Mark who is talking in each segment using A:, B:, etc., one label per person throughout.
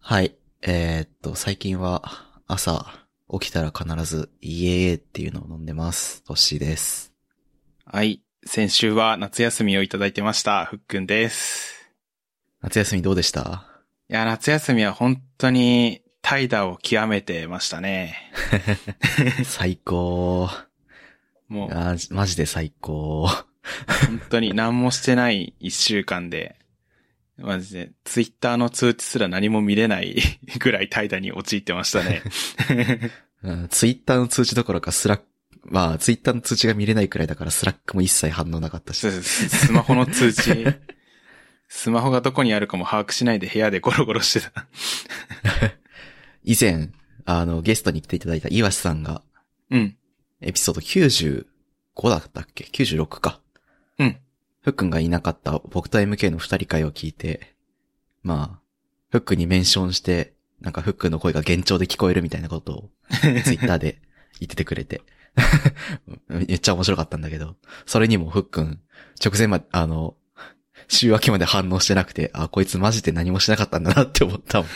A: はい。えーっと、最近は朝起きたら必ずイエーイっていうのを飲んでます。トッシーです。
B: はい。先週は夏休みをいただいてました。ふっくんです。
A: 夏休みどうで した
B: いや、夏休みは本当に怠惰を極めてましたね。
A: 最高。
B: もう
A: あマジで最高。
B: 本当に何もしてない一週間で、マジでツイッターの通知すら何も見れない ぐらい怠惰に陥ってましたね。
A: うんツイッターの通知どころかスラック、まあ、ツイッターの通知が見れないくらいだからスラックも一切反応なかったし
B: そう。ですスマホの通知、スマホがどこにあるかも把握しないで部屋でゴロゴロしてた。
A: 以前、あの、ゲストに来ていただいた岩瀬さんが、
B: うん。
A: エピソード95だったっけ ?96 か。
B: うん。
A: ふっくんがいなかった僕と MK の二人会を聞いて、まあ、ふっくんにメンションして、なんかふっくんの声が幻聴で聞こえるみたいなことを、ツイッターで言っててくれて。 めっちゃ面白かったんだけど、それにもふっくん、直前まで、あの、週明けまで反応してなくて、あ、こいつマジで何もしなかったんだなって思 ったもん。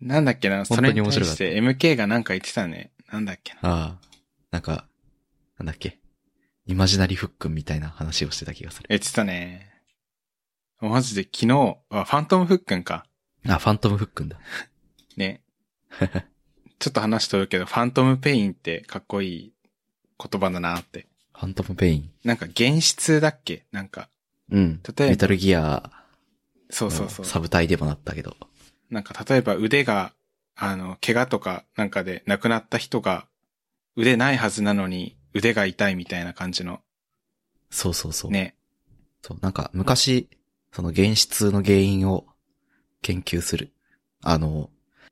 B: なんだっけな、それに対し
A: 本当
B: て MK がなんか言ってたね。なんだっけな。
A: ああ、なんか、なんだっけ。イマジナリフックンみたいな話をしてた気がする。
B: え、ちょっとね、マジで昨日、あ、ファントムフックンか。
A: あ、ファントムフックンだ。
B: ね。ちょっと話飛ぶけど、ファントムペインってかっこいい言葉だなって。
A: ファントムペイン。
B: なんか原質だっけなんか、
A: うん。
B: 例えば
A: メタルギア
B: そう
A: の
B: そうそう。
A: サブ隊でもなったけど。
B: なんか例えば腕が、あの、怪我とかなんかで亡くなった人が、腕ないはずなのに腕が痛いみたいな感じの、
A: そうそうそう。
B: ね。
A: そう、なんか昔、その原子痛の原因を研究する。あの、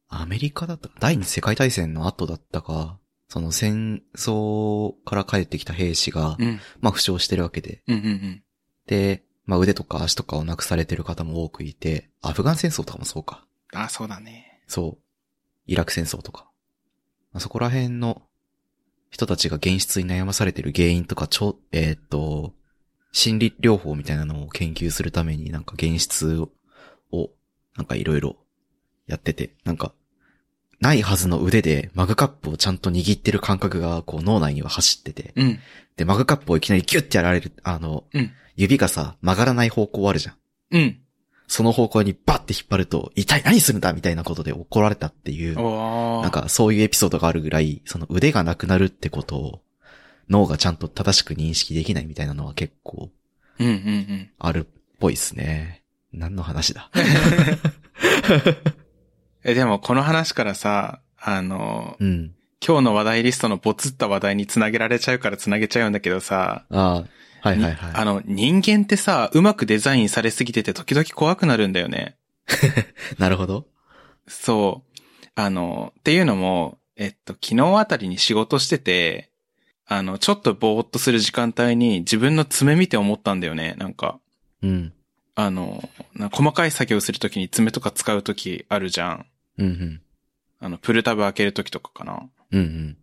A: アメリカだった第二次世界大戦の後だったか、その戦争から帰ってきた兵士が、
B: うん。
A: まあ負傷してるわけで、
B: うんうんうん。
A: で、まあ腕とか足とかをなくされてる方も多くいて、アフガン戦争とかもそうか。
B: あ、そうだね。
A: そう。イラク戦争とか。まあ、そこら辺の人たちが現実に悩まされてる原因とか、ちょ、えーっと、心理療法みたいなのを研究するためになんか現実を、をなんかいろいろやってて、なんか、ないはずの腕でマグカップをちゃんと握ってる感覚がこう脳内には走ってて、
B: うん。
A: で、マグカップをいきなりギュッてやられる、あの、
B: うん
A: 指がさ、曲がらない方向あるじゃん。
B: うん。
A: その方向にバッて引っ張ると、痛い何するんだみたいなことで怒られたっていう。
B: おー
A: なんかそういうエピソードがあるぐらい、その腕がなくなるってことを脳がちゃんと正しく認識できないみたいなのは結構
B: うんうんうん。
A: あるっぽいですね。何の話だ
B: え、でもこの話からさ、あの、
A: うん。
B: 今日の話題リストのボツった話題につなげられちゃうからつなげちゃうんだけどさ、
A: ああ、はいはい
B: にあ
A: は
B: の、人間ってさ、うまくデザインされすぎてて時々怖くなるんだよね。
A: い。なるほど。
B: そう。あの、っていうのも、えっと、昨日あたりに仕事してて、あの、ちょっとぼーっとする時間帯に自分の爪見て思ったんだよね、なんか。
A: うん。
B: あの、な細かい作業するときに爪とか使うときあるじゃん。
A: うんうん。
B: あの、プルタブ開けるときとかかな。
A: うん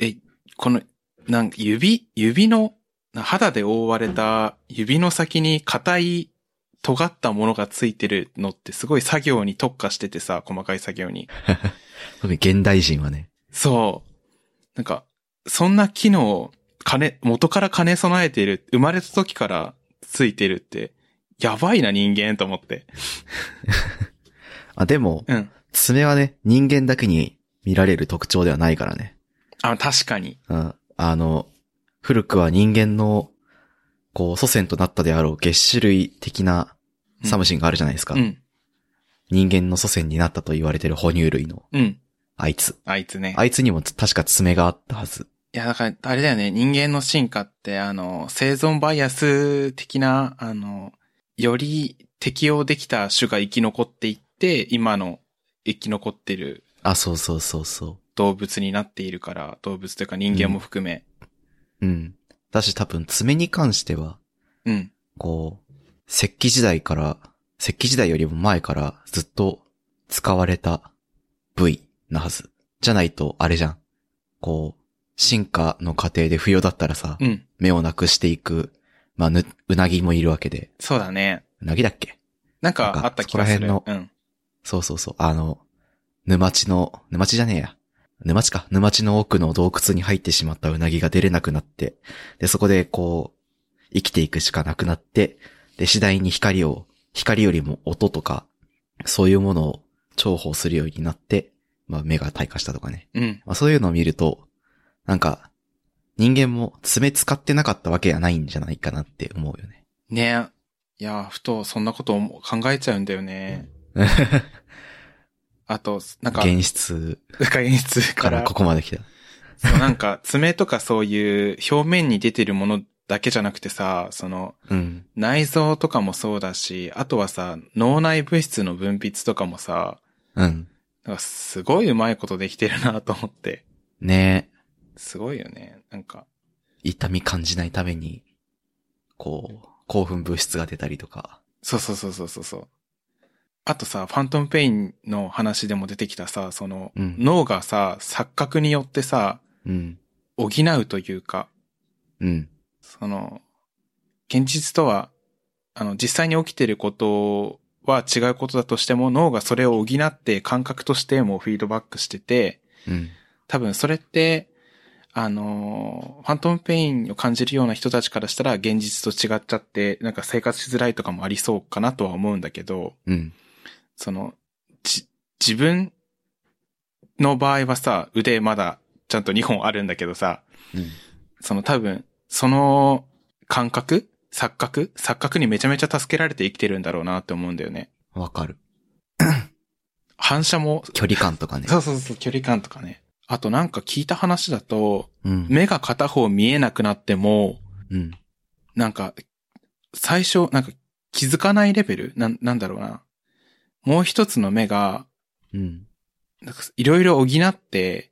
A: うん。
B: この、なんか指、指の、な肌で覆われた指の先に硬い、尖ったものがついてるのってすごい作業に特化しててさ、細かい作業に。
A: 特に現代人はね。
B: そう。なんか、そんな機能、金、元から兼ね備えている、生まれた時からついてるって、やばいな人間と思って。
A: あ、でも、
B: うん。
A: 爪はね、人間だけに見られる特徴ではないからね。
B: あ、確かに。
A: うん。あの、古くは人間の、こう、祖先となったであろう月種類的なサムシンがあるじゃないですか。
B: うん。
A: 人間の祖先になったと言われてる哺乳類の
B: うん。
A: あいつ。
B: あいつね。
A: あいつにも確か爪があったはず。
B: いや、だから、あれだよね。人間の進化って、あの、生存バイアス的な、あの、より適応できた種が生き残っていって、今の生き残ってる
A: あ、そうそうそうそ
B: 動物になっているから、動物というか人間も含め。
A: う。うん。だし多分爪に関しては、
B: うん。
A: こう、石器時代から、石器時代よりも前からずっと使われた部位なはず。じゃないと、あれじゃん。こう、進化の過程で不要だったらさ、
B: うん。
A: 目をなくしていく、まあ、ぬ、うなぎもいるわけで。
B: そうだね。
A: うなぎだっけ
B: なんか
A: なんか
B: あった気がする。
A: そこら
B: うん。
A: そうそうそう。あの、沼地の、沼地じゃねえや。沼地か。沼地の奥の洞窟に入ってしまったウナギが出れなくなって、で、そこでこう、生きていくしかなくなって、で、次第に光を、光よりも音とか、そういうものを重宝するようになって、まあ、目が退化したとかね。
B: うん。
A: まあ、そういうのを見ると、なんか、人間も爪使ってなかったわけじゃないんじゃないかなって思うよね。
B: ねいやー、ふとそんなことを考えちゃうんだよね。あと、なんか、
A: 現実
B: なんか演出
A: か
B: からら
A: こ、こまで来た。
B: そうなんか爪とかそういう表面に出てるものだけじゃなくてさ、その
A: うん。
B: 内臓とかもそうだし、あとはさ、脳内物質の分泌とかもさ、
A: うん。
B: なんかすごいうまいことできてるなと思って。
A: ね
B: すごいよね。なんか、
A: え、痛み感じないために、こう、興奮物質が出たりとか。
B: そうそうそうそうそうそう。あとさ、ファントムペインの話でも出てきたさ、その、
A: うん
B: 脳がさ、錯覚によってさ、
A: うん。
B: 補うというか、
A: うん。
B: その、現実とは、あの、実際に起きてることは違うことだとしても、脳がそれを補って感覚としてもフィードバックしてて、
A: うん。
B: 多分それって、あのー、ファントムペインを感じるような人たちからしたら現実と違っちゃって、なんか生活しづらいとかもありそうかなとは思うんだけど、
A: うん。
B: その、じ、自分の場合はさ、腕まだちゃんと2本あるんだけどさ、
A: うん。
B: その多分、その感覚錯覚錯覚にめちゃめちゃ助けられて生きてるんだろうなって思うんだよね。
A: わかる。
B: 反射も、
A: 距離感とかね。
B: そうそうそう、距離感とかね。あとなんか聞いた話だと、
A: うん。
B: 目が片方見えなくなっても、
A: うん。
B: なんか、最初、なんか気づかないレベルなん、なんだろうな。もう一つの目が、
A: うん。
B: なんかいろいろ補って、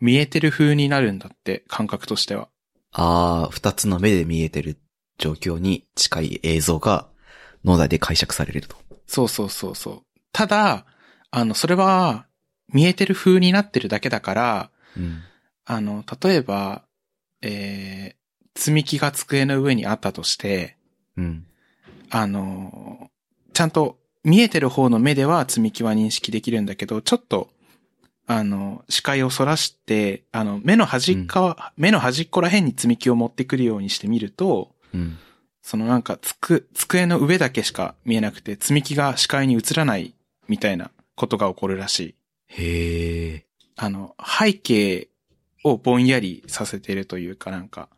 B: 見えてる風になるんだって、感覚としては。
A: あー、二つの目で見えてる状況に近い映像が脳内で解釈されると。
B: そうそうそうそう。ただ、あの、それは、見えてる風になってるだけだから、
A: うん。
B: あの、例えば、えー、積み木が机の上にあったとして、
A: うん。
B: あの、ちゃんと見えてる方の目では積み木は認識できるんだけど、ちょっと、あの、視界をそらして、あの、目の端っかは、目の端っこら辺に積み木を持ってくるようにしてみると、
A: うん。
B: そのなんかつく、机の上だけしか見えなくて、積み木が視界に映らないみたいなことが起こるらしい。
A: へえ。
B: あの、背景をぼんやりさせてるというかなんか、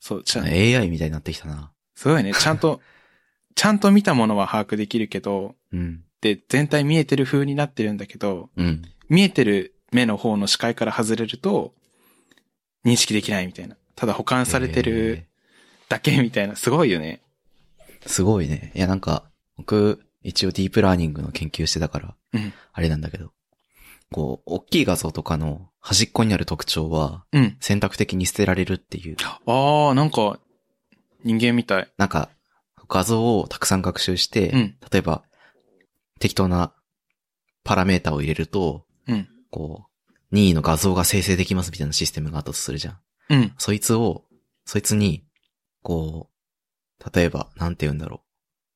B: そう、ちゃん、
A: AI みたいになってきたな。
B: すごいね、ちゃんと、ちゃんと見たものは把握できるけど、
A: うん。
B: で、全体見えてる風になってるんだけど、
A: うん。
B: 見えてる目の方の視界から外れると、認識できないみたいな。ただ保管されてるだけみたいな。すごいよね。
A: へー。すごいね。いや、なんか、僕、一応ディープラーニングの研究してたから、
B: うん
A: あれなんだけど、こう、大きい画像とかの端っこにある特徴は、
B: うん。
A: 選択的に捨てられるっていう、
B: あー、なんか、人間みたい。
A: なんか、画像をたくさん学習して、
B: うん
A: 例えば、適当なパラメータを入れると、
B: うん
A: こう、任意の画像が生成できますみたいなシステムがあったとするじゃん。
B: うん。
A: そいつを、そいつに、こう、例えば、なんて言うんだろ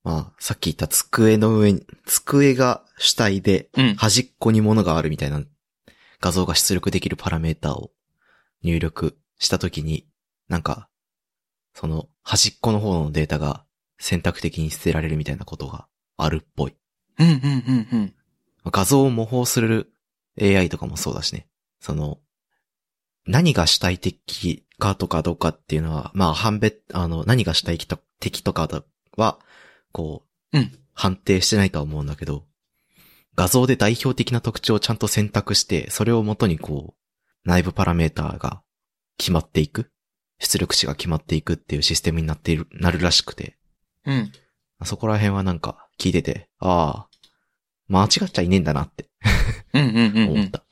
A: う。まあ、さっき言った机の上に、机が主体で、
B: うん。
A: 端っこに物があるみたいな画像が出力できるパラメータを入力したときに、なんか、その端っこの方のデータが選択的に捨てられるみたいなことがあるっぽい。
B: うん、うん、うん、うん。
A: 画像を模倣する AI とかもそうだしね。その、何が主体的かとかどうかっていうのは、まあ判別、あの、何が主体的とかは、こう、
B: うん
A: 判定してないとは思うんだけど、画像で代表的な特徴をちゃんと選択して、それを元にこう、内部パラメーターが決まっていく、出力値が決まっていくっていうシステムになっている、なるらしくて、
B: うん。
A: そこら辺はなんか聞いてて、ああ、間違っちゃいねえんだなって
B: うん、うん、うん。う
A: 思っ
B: ん
A: た。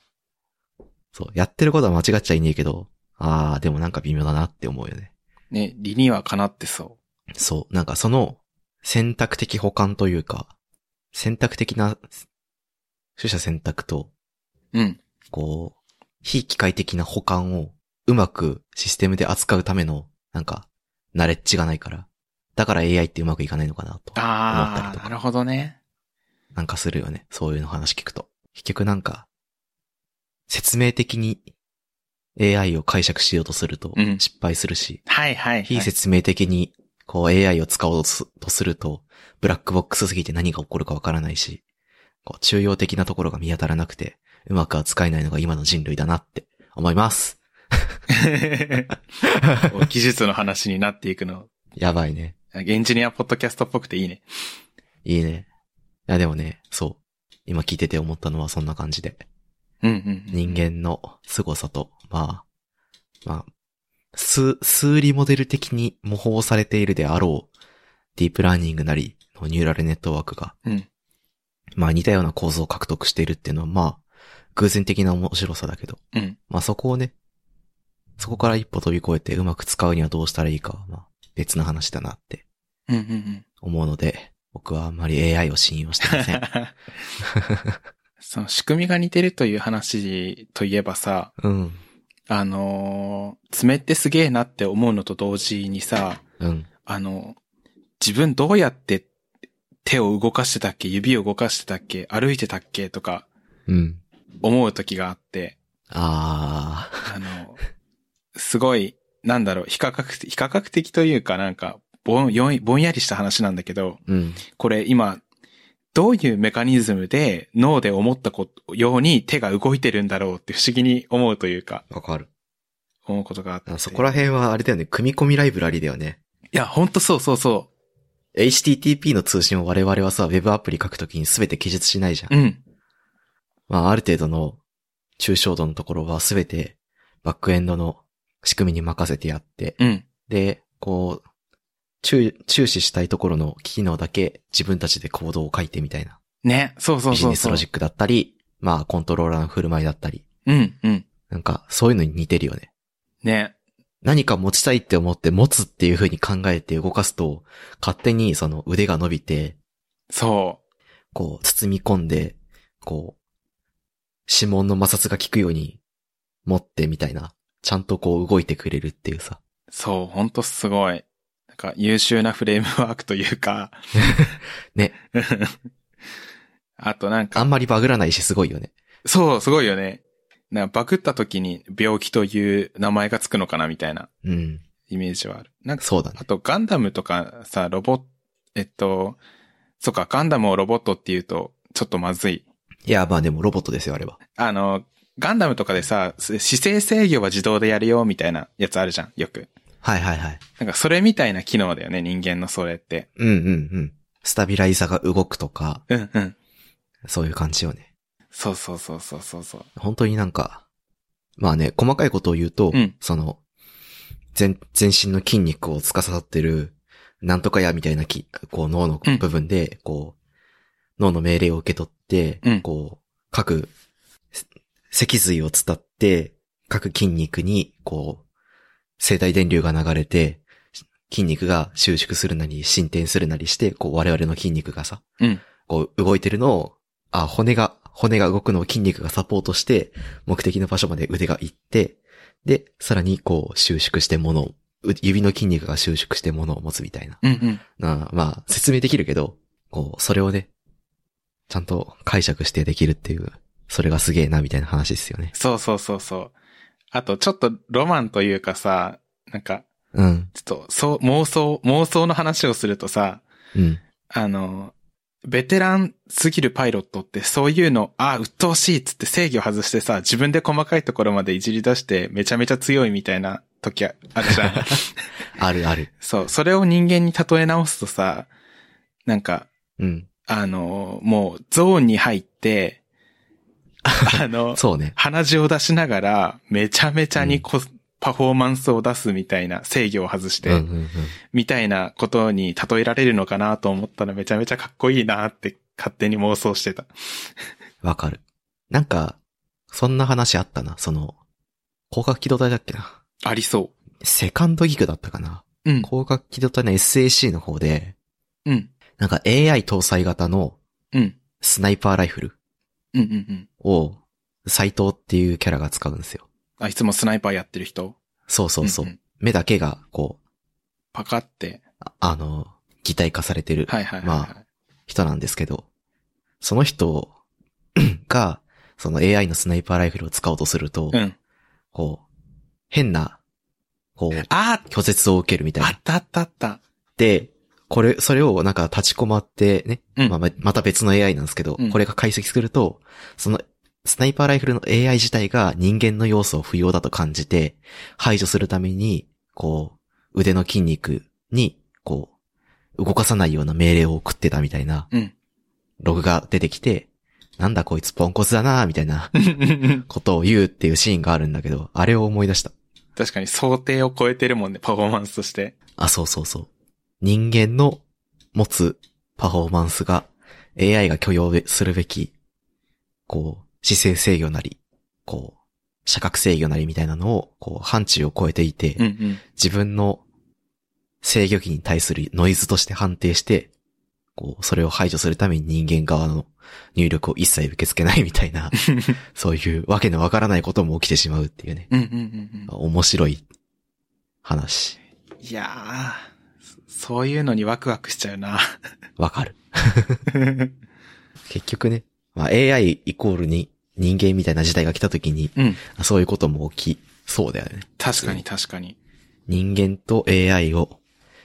A: そう、やってることは間違っちゃいねえけど、あー、でもなんか微妙だなって思うよね。
B: ね、理にはかなってそ
A: そう、なんかその選択的補完というか、選択的な取捨選択と、
B: う。うん。
A: こう、非機械的な補完をうまくシステムで扱うための、なんか、ナレッジがないから、だから AI ってうまくいかないのかなと。思った
B: あ
A: りと
B: あ、
A: か
B: なるほどね。
A: なんかするよね。そういうの話聞くと。結局なんか、説明的に AI を解釈しようとすると
B: うん
A: 失敗するし、
B: はいはい、はい。
A: 非 説明的にこう AI を使おうとすとすると、ブラックボックスすぎて何が起こるかわからないし、こう中庸的なところが見当たらなくて、うまく扱えないのが今の人類だなって思います。
B: こう技術の話になっていくの。
A: やばいね。
B: エンジニアポッドキャストっぽくていいね。
A: いいね。いやでもね、そう。今聞いてて思ったのはそんな感じで。
B: うんうんう
A: 人
B: ん。
A: 間の凄さと、まあ、まあ、数、数理モデル的に模倣されているであろう、ディープラーニングなりのニューラルネットワークが、
B: うん
A: まあ似たような構造を獲得しているっていうのは、まあ、偶然的な面白さだけど、
B: うん。
A: まあそこをね、そこから一歩飛び越えてうまく使うにはどうしたらいいかは、まあ別の話だなって
B: うんうんうん。
A: 思うので、僕はあんまり AI を信用してま せん。
B: その仕組みが似てるという話といえばさ、
A: うん。
B: あのー爪ってすげえなって思うのと同時にさ、
A: うん。
B: あの、自分どうやって手を動かしてたっけ指を動かしてたっけ歩いてたっけとか
A: うん。
B: 思う時があって、
A: ああ。
B: あの、すごい、なんだろう、非科学的、非科学的というかなんか、ぼん、よんぼんやりした話なんだけど、
A: うん。
B: これ今、どういうメカニズムで脳で思ったことように手が動いてるんだろうって不思議に思うというか、
A: わかる。
B: 思うことがあって。
A: あそこら辺はあれだよね、組み込みライブラリだよね。
B: いや、ほんとそうそうそ
A: HTTP の通信を我々はさ、ウェブアプリ書くときに全て記述しないじゃん。
B: う。うん。
A: まあ、ある程度の抽象度のところは全てバックエンドの仕組みに任せてやって、
B: うん。
A: で、こう、注注視したいところの機能だけ自分たちでコードを書いてみたいな。
B: ね。そうそう
A: ビジ
B: そう
A: ネス
B: そう。
A: ロジックだったり、まあ、コントローラーの振る舞いだったり。
B: うん、うん。
A: なんか、そういうのに似てるよね。
B: ね。
A: 何か持ちたいって思って持つっていう風に考えて動かすと、勝手にその腕が伸びて、
B: そ
A: こう包み込んで、こう、指紋の摩擦が効くように持ってみたいな、ちゃんとこう動いてくれるっていうさ。
B: う。そう、ほんとすごい。なんか優秀なフレームワークというか。
A: ね。
B: あとなん
A: あ
B: か、
A: んまりバグらないしすごいよね。
B: そう、すごいよね。なんかバグった時に病気という名前がつくのかなみたいな
A: うん。
B: イメージはある。なんか
A: そうだね
B: あ。と、ガンダムとかさ、ロボット、えっと、そっか、ガンダムをロボットって言うと、ちょっとまずい。
A: いや、まあでもロボットですよ、あれは。
B: あの、ガンダムとかでさ、す姿勢制御は自動でやるよ、みたいなやつあるじゃん、よく。
A: はいはいはい。
B: なんか、それみたいな機能だよね、人間のそれって。
A: うんうんうん。スタビライザーが動くとか、
B: うんうん。
A: そういう感じよね。
B: そうそうそうそうそうそう。
A: 本当になんか、まあね、細かいことを言うと、
B: うん
A: その、全、全身の筋肉を司ってる、なんとかやみたいなき、こう脳の部分で、こう、脳の命令を受け取って、
B: うん
A: こう、各、せ脊髄を伝って、各筋肉に、こう、生体電流が流れて、筋肉が収縮するなり、進展するなりして、こう、我々の筋肉がさ、
B: うん
A: こう、動いてるのを、あ、骨が、骨が動くのを筋肉がサポートして、目的の場所まで腕が行って、で、さらにこう収縮して物を、う指の筋肉が収縮して物を持つみたいな。
B: うんうん。
A: なまあ、説明できるけど、こう、それをね、ちゃんと解釈してできるっていう、それがすげえなみたいな話ですよね。
B: そうそうそうそう。あと、ちょっとロマンというかさ、なんか、
A: うん。
B: ちょっと、そう、妄想、妄想の話をするとさ、
A: うん。
B: あの、ベテランすぎるパイロットってそういうの、あ、鬱陶しいっつって制御外してさ、自分で細かいところまでいじり出してめちゃめちゃ強いみたいな時ある じゃん。
A: あるある。
B: そう、それを人間に例え直すとさ、なんか、
A: うん。
B: あの、もうゾーンに入 って、あの、
A: そうね。
B: 鼻血を出しながら、めちゃめちゃにこ、パフォーマンスを出すみたいな、制御を外し
A: うんう
B: て
A: ん、うん。
B: みたいなことに例えられるのかなと思ったらめちゃめちゃかっこいいなって勝手に妄想してた。
A: わかる。なんか、そんな話あったな。その、広角機動隊だっけな。
B: ありそ
A: セカンドギグだったかな。
B: う。うん。
A: 広角機動隊の SAC の方で、
B: うん。
A: なんか AI 搭載型の
B: うん。
A: スナイパーライフル
B: うん。うん。うん。
A: を、斎藤っていうキャラが使うんですよ。
B: あ、いつもスナイパーやってる人
A: そうそうそう。
B: んん
A: 目だけが、こう、
B: パカって。
A: あの、擬態化されてる
B: はいはいはい、
A: ま
B: はい。
A: 人なんですけど、その人 が、その AI のスナイパーライフルを使おうとすると、
B: うん。
A: こう、変な、こう、
B: あ
A: 拒絶を受けるみたい
B: あ
A: な
B: っ。たあったあ った。
A: で、これ、それをなんか立ちこまってね、
B: うん
A: まあままた別の AI なんですけど、
B: うん
A: これが解析すると、その、スナイパーライフルの AI 自体が人間の要素を不要だと感じて、排除するために、こう、腕の筋肉に、こう、動かさないような命令を送ってたみたいな、
B: うん。
A: ログが出てきて、なんだこいつポンコツだなみたいなことを言うっていうシーンがあるんだけど、あれを思い出した。
B: 確かに想定を超えてるもんね、パフォーマンスとして。
A: あ、そうそうそう。人間の持つパフォーマンスが AI が許容するべき、こう、姿勢制御なり、こう、社格制御なりみたいなのを、こう、範疇を超えていて、
B: うんうん。
A: 自分の制御機に対するノイズとして判定して、こう、それを排除するために人間側の入力を一切受け付けないみたい な、そういうわけのわからないことも起きてしまうっていうね、
B: うんうんうんう
A: 面白い話。
B: ん。いやー、そそういうのにワクワクしちゃうな。
A: わかる。結局ね、まあ、AI イコールに人間みたいな時代が来た時に、
B: うん。
A: そういうことも起きそうだよね。
B: 確かに確かに。
A: 人間と AI を、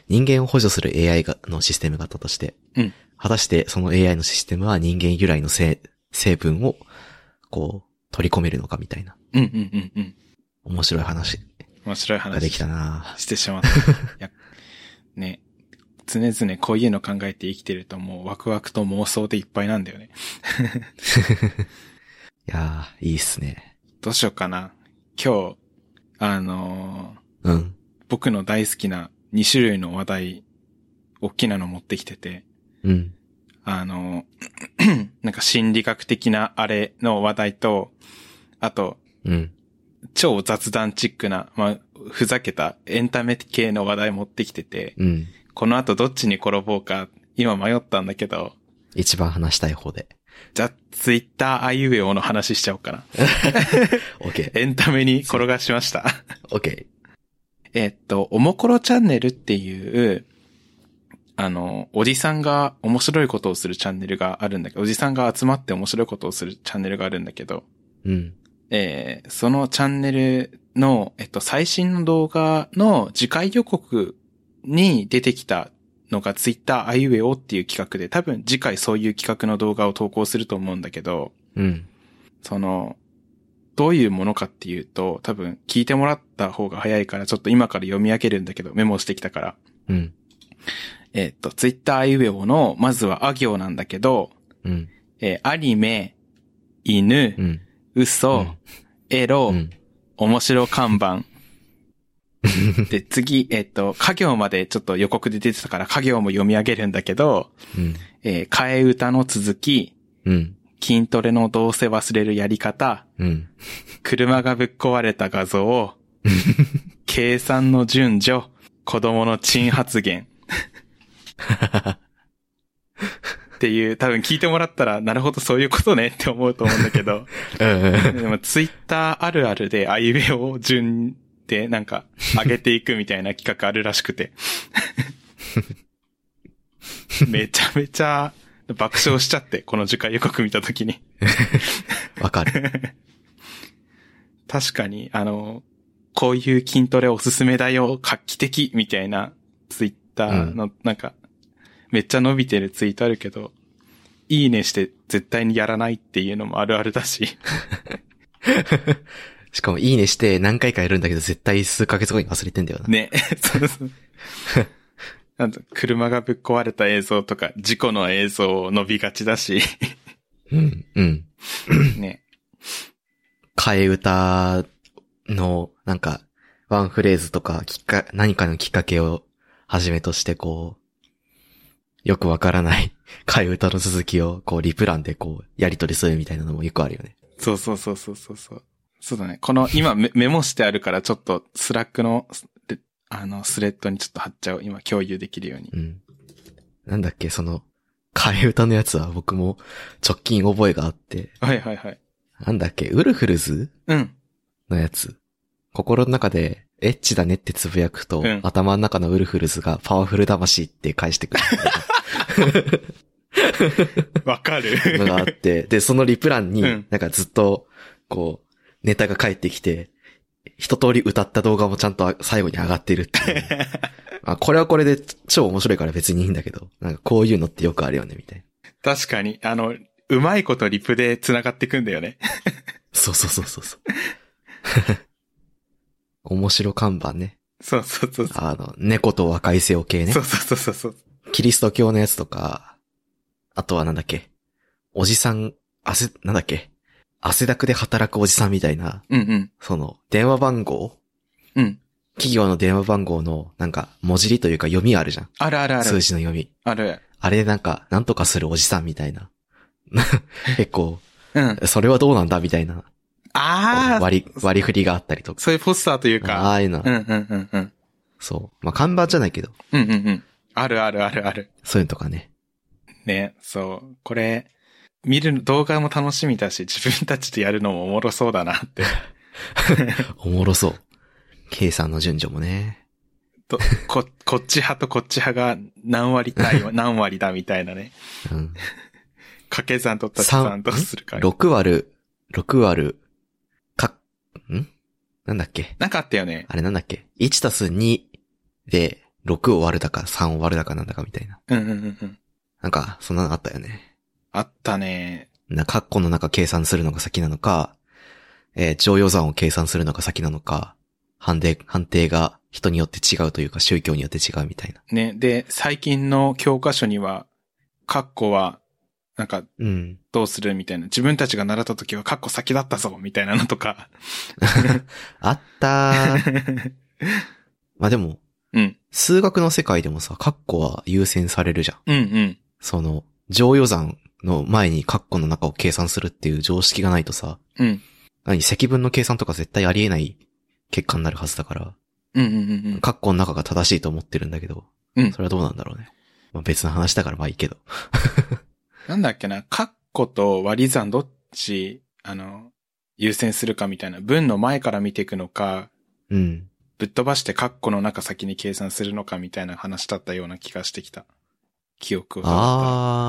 A: 人間を補助する AI がのシステムがあったとして、
B: うん
A: 果たしてその AI のシステムは人間由来のせい成分を、こう、取り込めるのかみたいな、
B: うんうんうんうん。
A: 面白い話
B: 面白い
A: ができ
B: 話
A: たな
B: してしまった。いや、ね。常々こういうの考えて生きてるともうワクワクと妄想でいっぱいなんだよね。
A: いやー、いいっすね。
B: どうしようかな。今日、あのー
A: うん。
B: 僕の大好きな2種類の話題、大きなの持ってきてて、
A: うん。
B: あの、 なんか心理学的なあれの話題と、あと、
A: うん。
B: 超雑談チックな、まあ、ふざけたエンタメ系の話題持ってきてて、
A: うん。
B: この後どっちに転ぼうか、今迷ったんだけど、
A: 一番話したい方で。
B: じゃあ、ツイッターあいうえおの話しちゃおうかな。
A: OK。
B: エンタメに転がしました。
A: OK。
B: えっと、おもころチャンネルっていう、あの、おじさんが面白いことをするチャンネルがあるんだけど、おじさんが集まって面白いことをするチャンネルがあるんだけど、
A: うん。
B: えーそのチャンネルの、えっと、最新の動画の次回予告に出てきたのが Twitter あいうえおっていう企画で、多分次回そういう企画の動画を投稿すると思うんだけど、
A: うん。
B: その、どういうものかっていうと、多分聞いてもらった方が早いから、ちょっと今から読み上げるんだけど、メモしてきたから。
A: うん。
B: えっと、Twitter あいうえおの、まずはあ行なんだけど、
A: うん。
B: えーアニメ、犬、
A: うん。う
B: 嘘、
A: ん
B: エロ、
A: うん。
B: 面白看板。で、次、えっと、家業までちょっと予告で出てたから家業も読み上げるんだけど、
A: うん。
B: えー替え歌の続き、
A: うん。
B: 筋トレのどうせ忘れるやり方、
A: うん。
B: 車がぶっ壊れた画像、計算の順序、子供の珍発言。っていう、多分聞いてもらったら、なるほどそういうことねって思うと思うんだけど、でもツイッターあるあるで、あいうえおを順でなんか上げていくみたいな企画あるらしくて。めちゃめちゃ爆笑しちゃって、この次回予告見たときに。
A: わかる。
B: 確かに、あの、こういう筋トレおすすめだよ、画期的みたいなツイッターの、なんか、めっちゃ伸びてるツイートあるけど、いいねして絶対にやらないっていうのもあるあるだし。
A: しかも、いいねして何回かやるんだけど、絶対数ヶ月後に忘れてんだよな。
B: ね。 そうそう。なんと、車がぶっ壊れた映像とか、事故の映像を伸びがちだし、
A: うん。うん。
B: ね。
A: 替え歌の、なんか、ワンフレーズとか、きっか、何かのきっかけをはじめとして、こう、よくわからない替え歌の続きを、こう、リプランで、こう、やり取りするみたいなのもよくあるよね。
B: そうそうそうそうそうそう。そうだね。この、今メメモしてあるから、ちょっと、スラックの、であの、スレッドにちょっと貼っちゃおう。今、共有できるように。
A: うん。なんだっけ、その、替え歌のやつは僕も直近覚えがあって、
B: はいはいはい。
A: なんだっけ、ウルフルズ
B: うん。
A: のやつ。心の中で、エッチだねってつぶやくと、
B: うん
A: 頭の中のウルフルズがパワフル魂って返してく
B: わか
A: るのがあっ
B: る。
A: て、で、そのリプランに
B: うん、
A: なんかずっと、こう、ネタが返ってきて、一通り歌った動画もちゃんと最後に上がってるって いう。あ、これはこれで超面白いから別にいいんだけど、なんかこういうのってよくあるよね、みたいな。
B: 確かに、あの、うまいことリプで繋がってくんだよね。
A: そうそうそうそうそう。面白看板ね。
B: そうそうそうそう。
A: あの、猫と若い世を系ね
B: そ。うそうそうそう。
A: キリスト教のやつとか、あとはなんだっけ。おじさん、汗、なんだっけ。汗だくで働くおじさんみたいな、
B: うんうん。
A: その、電話番号
B: うん。
A: 企業の電話番号の、なんか、文字りというか読みあるじゃん。
B: あるあるあ
A: 数
B: る。
A: 字の読み。
B: ある。
A: あれでなんか、なんとかするおじさんみたいな。 結構、
B: うん。
A: それはどうなんだみたいな、
B: ああ、
A: 割り、割り振りがあったりとか。
B: そういうポスターという
A: あ
B: か。
A: あいうの
B: う、んうんうんうん。
A: そう。まあ、看板じゃないけど、
B: うんうんうん。あるあるあるある。
A: そういうのとかね。
B: ね、そう。これ、見る動画も楽しみだし、自分たちでやるのもおもろそうだなって。
A: おもろそう。計算の順序もね。
B: とこ、こっち派とこっち派が何 割対何割だみたいなね。
A: うん。
B: 掛け算と足し算とするか。
A: 6割る、6割る、か、んなんだっけ
B: なんかあったよね。
A: あれなんだっけ ?1 たす2で、6を割るだか、3を割るだかなんだかみたいな。
B: うんうんうんうん。
A: なんか、そんなのあったよね。
B: あったね。
A: な、カッコの中計算するのが先なのか、えー常用算を計算するのが先なのか、判定、判定が人によって違うというか、宗教によって違うみたいな。
B: ね。で、最近の教科書には、カッコは、なんか、
A: うん。
B: どうするみたいな。自分たちが習った時はカッコ先だったぞみたいなのとか。
A: あった ー。まあでも、
B: うん。
A: 数学の世界でもさ、カッコは優先されるじゃん。
B: うんうん。
A: その、乗与算の前にカッコの中を計算するっていう常識がないとさ、
B: うん。
A: 何、積分の計算とか絶対ありえない結果になるはずだから、
B: うんうんうん
A: カッコの中が正しいと思ってるんだけど、
B: うん
A: それはどうなんだろうね。まあ別の話だからまあいいけど。
B: なんだっけな、カッコと割り算どっち、あの、優先するかみたいな。文の前から見ていくのか、
A: うん。
B: ぶっ飛ばしてカッコの中先に計算するのかみたいな話だったような気がしてきた。記憶をたどったら。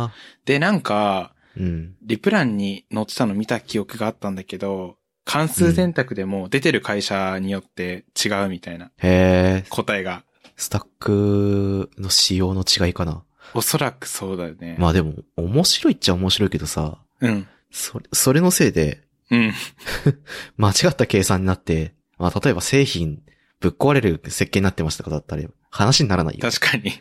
A: あ
B: で、なんか、
A: ー。うん。
B: リプランに載ってたの見た記憶があったんだけど、関数選択でも出てる会社によって違うみたいな
A: へえ。
B: 答えが。
A: スタックの仕様の違いかな。
B: おそらくそうだよね。
A: まあでも、面白いっちゃ面白いけどさ、
B: うん。
A: それ、それのせいで、
B: うん。
A: 間違った計算になって、まあ例えば製品、ぶっ壊れる設計になってましたとかだったら、話にならないよ。
B: 確か に。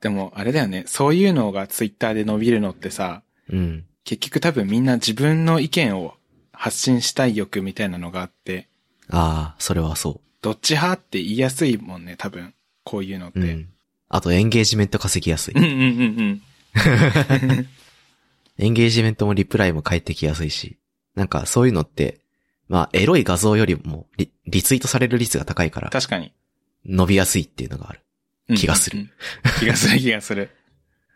B: でも、あれだよね。そういうのがツイッターで伸びるのってさ、
A: うん。
B: 結局多分みんな自分の意見を発信したい欲みたいなのがあって、
A: ああ、それはそ
B: どっち派って言いやすいもんね、多分。こういうのって。
A: う。うん。あと、エンゲージメント稼ぎやすい
B: うん、う。んうん
A: エンゲージメントもリプライも返ってきやすいし。なんか、そういうのって、まあ、エロい画像よりもリ、リツイートされる率が高いか
B: うん。
A: ら、
B: 確かに。
A: 伸びやすいっていうのがある。
B: うん
A: 気がする
B: うん気がする気がする。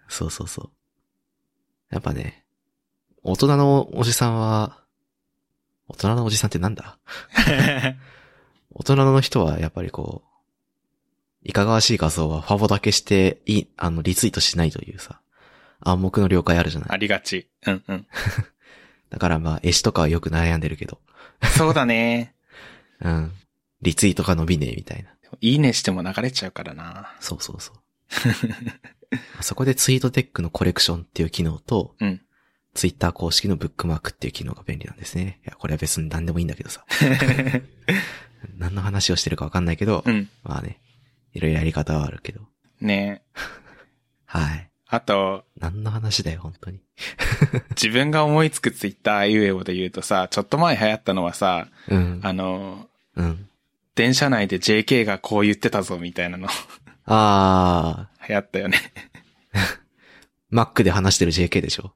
A: そうそうそう。やっぱね、大人のおじさんは、大人のおじさんってなんだ大人の人はやっぱりこう、いかがわしい画像はファボだけして、いい、あの、リツイートしないというさ、暗黙の了解あるじゃな
B: あ
A: い。
B: りがち。うんうん。
A: だからまあ、絵師とかはよく悩んでるけど、
B: そうだね。
A: うん。リツイートが伸びねえみたいな。
B: いいねしても流れちゃうからな。
A: そうそうそう。 そこでツイートテックのコレクションっていう機能と、
B: うん
A: ツイッター公式のブックマークっていう機能が便利なんですね。いや、これは別に何でもいいんだけどさ。 何の話をしてるかわかんないけど、
B: うん。
A: まあね、いろいろやり方はあるけど。
B: ね
A: はい。
B: あと、
A: 何の話だよ、本当に。
B: 自分が思いつくツイッターあいうえおで言うとさ、ちょっと前流行ったのはさ、
A: うん。
B: あの、
A: うん。
B: 電車内で JK がこう言ってたぞみたいなの
A: あ
B: 流行ったよね。
A: ー、Mac で話してる JK でしょ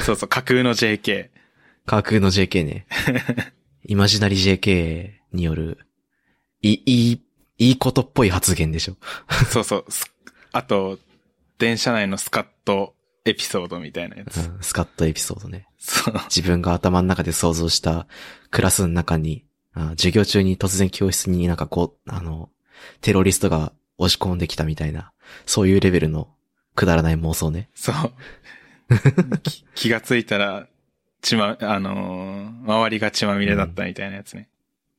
B: そうそう、架空の JK。
A: 架空の JK ね。イマジナリ JK による、いい、いい、いいことっぽい発言でしょ
B: そうそう、すあと、電車内のスカッとエピソードみたいなやつ。
A: うん、スカッとエピソードね。
B: そう。
A: 自分が頭の中で想像したクラスの中に、あ授業中に突然教室になんかこう、あの、テロリストが押し込んできたみたいな、そういうレベルのくだらない妄想ね。
B: そう。き気がついたら、血ま、あのー周りが血まみれだったみたいなやつね。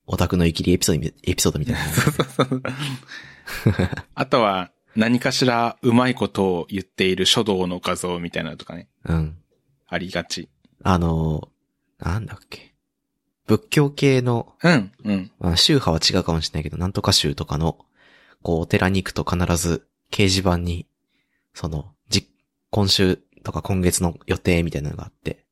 A: オタクの生きりエピソードみ、エピソードみたいな。
B: あとは、何かしらうまいことを言っている書道の画像みたいなのとかね、
A: うん。
B: ありがち。
A: あの、なんだっけ。仏教系の、
B: うん、うん。
A: まあ、宗派は違うかもしれないけど、なんとか宗とかの、こう、お寺に行くと必ず掲示板に、その、じ、今週とか今月の予定みたいなのがあって、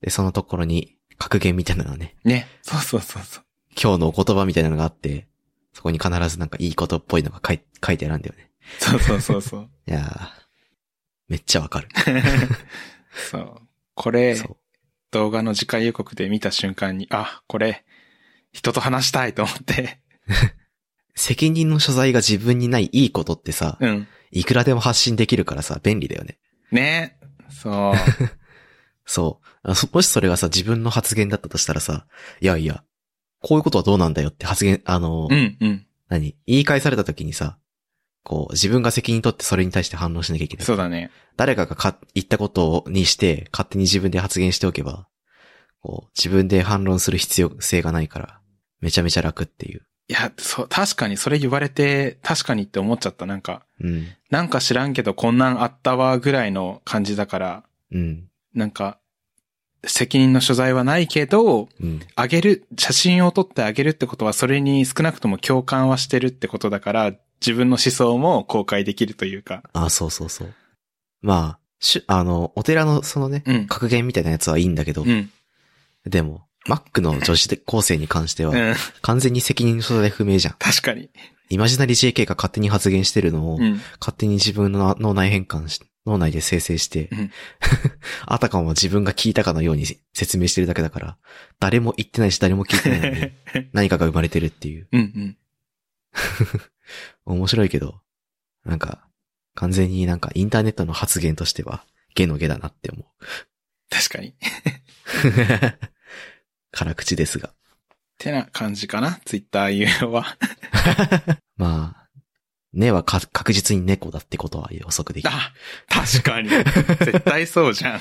A: で、そのところに格言みたいなのがね、
B: ね。そうそうそうそう。
A: 今日のお言葉みたいなのがあって、そこに必ずなんかいいことっぽいのが書い書いてあるんだよね。
B: そうそうそうそう。
A: いやー、めっちゃわかる。
B: そう。これ、
A: そう。
B: 動画の次回予告で見た瞬間に、あ、これ、人と話したいと思って。
A: 責任の所在が自分にないいいことってさ、
B: うん。
A: いくらでも発信できるからさ、便利だよね。
B: ね。そう。
A: そうあそ。もしそれがさ、自分の発言だったとしたらさ、いやいや、こういうことはどうなんだよって発言、あの、
B: うん、うん。
A: 何言い返された時にさ、こう、自分が責任取ってそれに対して反応しなきゃいけない。
B: そうだね。
A: 誰かがか言ったことにして、勝手に自分で発言しておけば、こう、自分で反論する必要性がないから、めちゃめちゃ楽っていう。
B: いや、そう、確かにそれ言われて、確かにって思っちゃった。なんか、
A: うん。
B: なんか知らんけどこんなんあったわぐらいの感じだから、
A: うん。
B: なんか、責任の所在はないけど、
A: うん。
B: あげる、写真を撮ってあげるってことは、それに少なくとも共感はしてるってことだから、自分の思想も公開できるというか。
A: あ、そうそうそう。まあ、しゅ、あの、お寺のそのね、
B: うん。
A: 格言みたいなやつはいいんだけど、
B: うん。
A: でも、マックの女子高生に関しては
B: う、ん。
A: 完全に責任の所在不明じゃん。
B: 確かに。
A: イマジナリ JK が勝手に発言してるのを、
B: うん。
A: 勝手に自分の脳内変換し、脳内で生成して、
B: うん
A: あたかも自分が聞いたかのように説明してるだけだから、誰も言ってないし誰も聞いてないのに、 何かが生まれてるっていう。
B: うんうん。
A: 面白いけど、なんか、完全になんかインターネットの発言としては、ゲのゲだなって思う。
B: 確かに。っ
A: 辛口ですが。
B: てな感じかな。ツイッター有料は。
A: まあ、根はか確実に猫だってことは予測できる。
B: あ、確かに。絶対そう じゃん。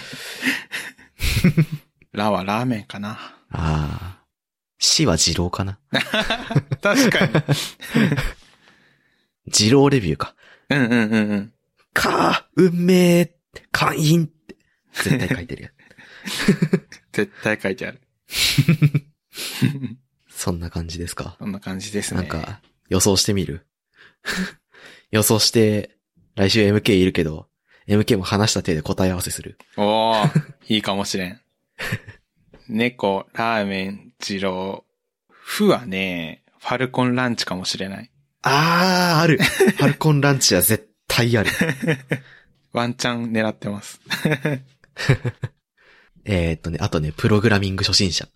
B: ラはラーメンかな。
A: ああ。死は二郎かな
B: 確かに。
A: 二郎レビューか。
B: うんうんうんうん。
A: かー、運命、会員って。絶対書いてるやん。
B: 絶対書いてある。
A: そんな感じですか。
B: そんな感じですね。
A: なんか、予想してみる 予想して、来週 MK いるけど、MK も話した手で答え合わせする。
B: おおいいかもしれん。 猫、ラーメン、二郎。ふはね、ファルコンランチかもしれない。
A: あ ー、ある。ファルコンランチは絶対ある。
B: ワンチャン狙ってます。
A: えーっとね、あとね、プログラミング初心者。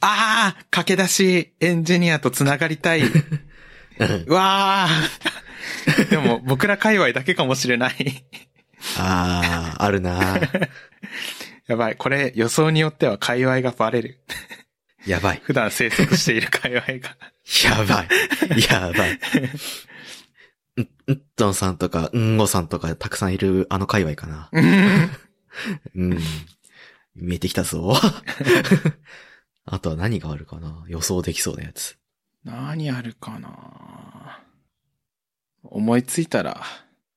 B: ああ駆け出し、エンジニアと繋がりたい。
A: うん
B: うわあでも、僕ら界隈だけかもしれない。
A: あー、あるなー。
B: やばい、これ予想によっては界隈がバレる。
A: やばい。
B: 普段生息している界隈が。
A: やばい。やばい。うん、うんどんさんとか、うんごさんとかたくさんいるあの界隈かな。
B: うん
A: うん。見えてきた ぞ。あとは何があるかな予想できそうなやつ。
B: 何あるかな思いついたら、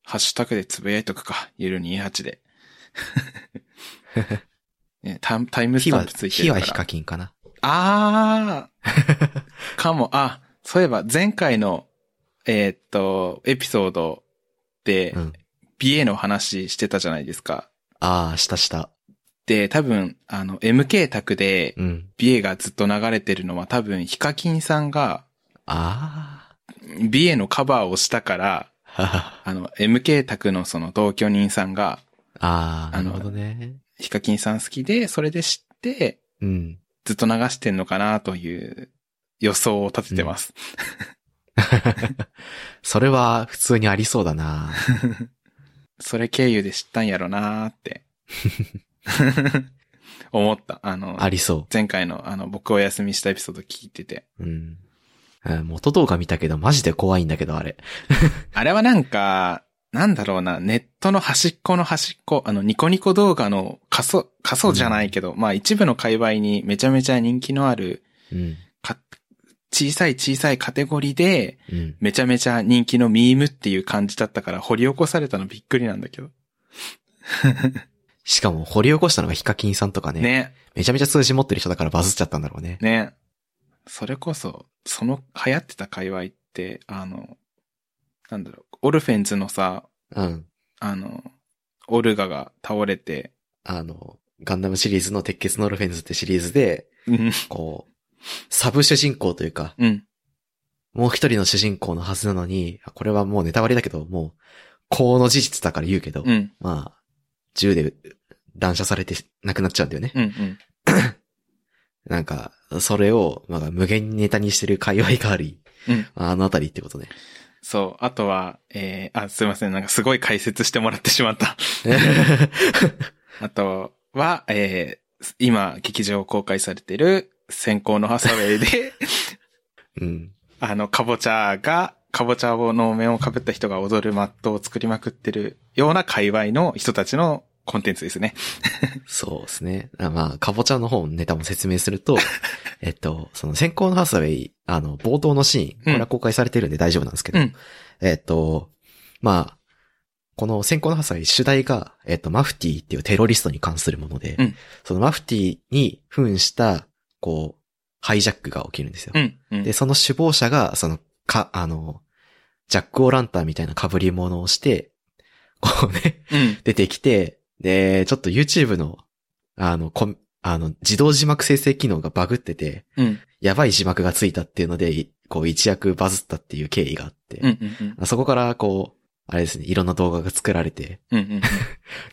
B: ハッシュタグでつぶやいとくか。ゆる28で。 ね、タイタイムス
A: 火
B: タ
A: は、
B: ンプついてる
A: 火
B: か
A: は
B: ら。
A: ヒカキンかな
B: あー。かも、あ、そういえば前回の、えーっと、エピソードで、
A: うん。
B: 美瑛の話してたじゃないですか。
A: ああ、したした。
B: で、多分、あの、MK 宅で
A: うん。
B: 美瑛がずっと流れてるのは多分、ヒカキンさんが
A: あ
B: 美瑛のカバーをしたから、
A: あ。はは
B: あの、MK 宅のその同居人さんが、
A: ああ、
B: あ
A: な
B: の
A: るほどね。
B: ヒカキンさん好きで、それで知って、
A: うん。
B: ずっと流してんのかなという予想を立ててます。
A: それは普通にありそうだ な。
B: それ経由で知ったんやろなーって。思った。あの、
A: ありそ
B: 前回のあの、僕お休みしたエピソード聞いてて。
A: う。うん。あ元動画見たけど、マジで怖いんだけど、あれ。
B: あれはなんか、なんだろうな、ネットの端っこの端っこ、あの、ニコニコ動画の仮想、仮想じゃないけど、まあ一部の界隈にめちゃめちゃ人気のある、
A: うん。
B: か小さい小さいカテゴリーで、
A: うん。
B: めちゃめちゃ人気のミームっていう感じだったから、掘り起こされたのびっくりなんだけど。
A: しかも、掘り起こしたのがヒカキンさんとかね。
B: ね、
A: めちゃめちゃ通信持ってる人だからバズっちゃったんだろうね。
B: ね。それこそ、その流行ってた界隈って、あの、なんだろう、オルフェンズのさ、
A: うん。
B: あの、オルガが倒れて、
A: あの、ガンダムシリーズの鉄血のオルフェンズってシリーズで、
B: うん、
A: こう、サブ主人公というか、
B: うん、
A: もう一人の主人公のはずなのに、あこれはもうネタバレだけど、もう、この事実だから言うけど、
B: うん、
A: まあ、銃で乱射されて亡くなっちゃうんだよね。
B: うん、うん。
A: なんか、それを、まあ、無限にネタにしてる界隈があり、
B: うん
A: まああのあたりって ことね。
B: そう、あとは、えー、あ、すいません、なんかすごい解説してもらってしまった。 あとは、えー、今、劇場公開されてる、先行のハサウェイで、
A: うん。
B: あの、カボチャが、カボチャをの面を被った人が踊るマットを作りまくってるような界隈の人たちのコンテンツですね。
A: そうですね。あまあ、かぼちゃの方のネタも説明する と、えっと、その先行のハサウェイ、あの、冒頭のシーン、これは公開されてるんで大丈夫なんですけど、
B: うん
A: えっと、まあ、この先行のハサウェイ主題が、えっと、マフティーっていうテロリストに関するもので、
B: うん
A: そのマフティーに扮した、こう、ハイジャックが起きるんですよ。
B: うん。うん
A: で、その首謀者が、その、か、あの、ジャック・オーランタンみたいな被り物をして、こうね、
B: うん。
A: 出てきて、で、ちょっと YouTube の、あの、コンあの、自動字幕生成機能がバグってて、
B: うん。
A: やばい字幕がついたっていうので、いこう一躍バズったっていう経緯があって、
B: うん。うん。
A: そこからこう、あれですね、いろんな動画が作られて、
B: うん。うん。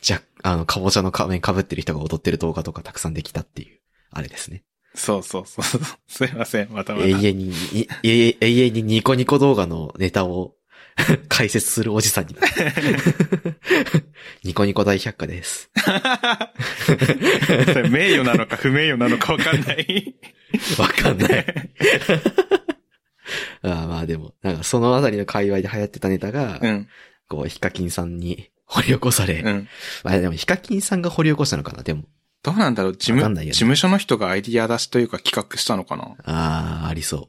A: じゃ、あの、かぼちゃの仮面被ってる人が踊ってる動画とかたくさんできたっていう、あれですね。
B: そうそうそうそう。すいません、またまた。
A: 永遠に、いい永遠にニコニコ動画のネタを 解説するおじさんになった。 ニコニコ大百科です。
B: それ名誉なのか不名誉なのかわかんない。
A: わかんない。あーまあでも、なんかそのあたりの界隈で流行ってたネタが、
B: うん。
A: こう、ヒカキンさんに掘り起こされ、
B: うん。
A: まあでもヒカキンさんが掘り起こしたのかな、でも。
B: どうなんだろう事
A: わか
B: 務、
A: んないよね
B: 事務所の人がアイディア出しというか企画したのか な
A: ああ、ありそう。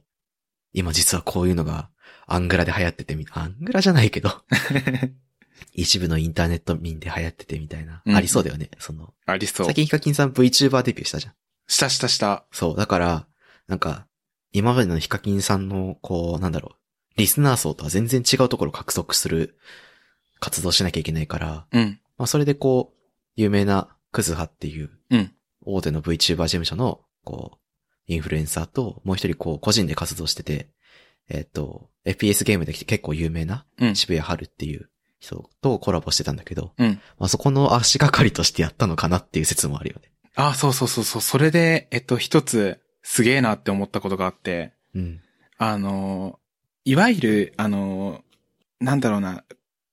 A: 今実はこういうのが、アングラで流行っててみ、アングラじゃないけ ど、一部のインターネット民で流行っててみたいな。
B: うん
A: ありそうだよね、その。
B: ありそう
A: 最。近ヒカキンさん VTuber デビューしたじゃん。
B: したしたした。
A: そう、だから、なんか、今までのヒカキンさんの、こう、なんだろう、リスナー層とは全然違うところを獲得する活動しなきゃいけないから、
B: うん。
A: まあそれでこう、有名なクズハっていう
B: うん、
A: 大手の VTuber 事務所の、こう、インフルエンサーと、もう一人こう、個人で活動してて、えっと、FPS ゲームで結構有名な、
B: うん。
A: 渋谷春っていう人とコラボしてたんだけど、
B: うん。
A: まあそこの足がかりとしてやったのかなっていう説もあるよね。
B: あ、そうそうそうそう。それで、えっと、一つ、すげえなって思ったことがあって、
A: うん。
B: あの、いわゆる、あの、なんだろうな、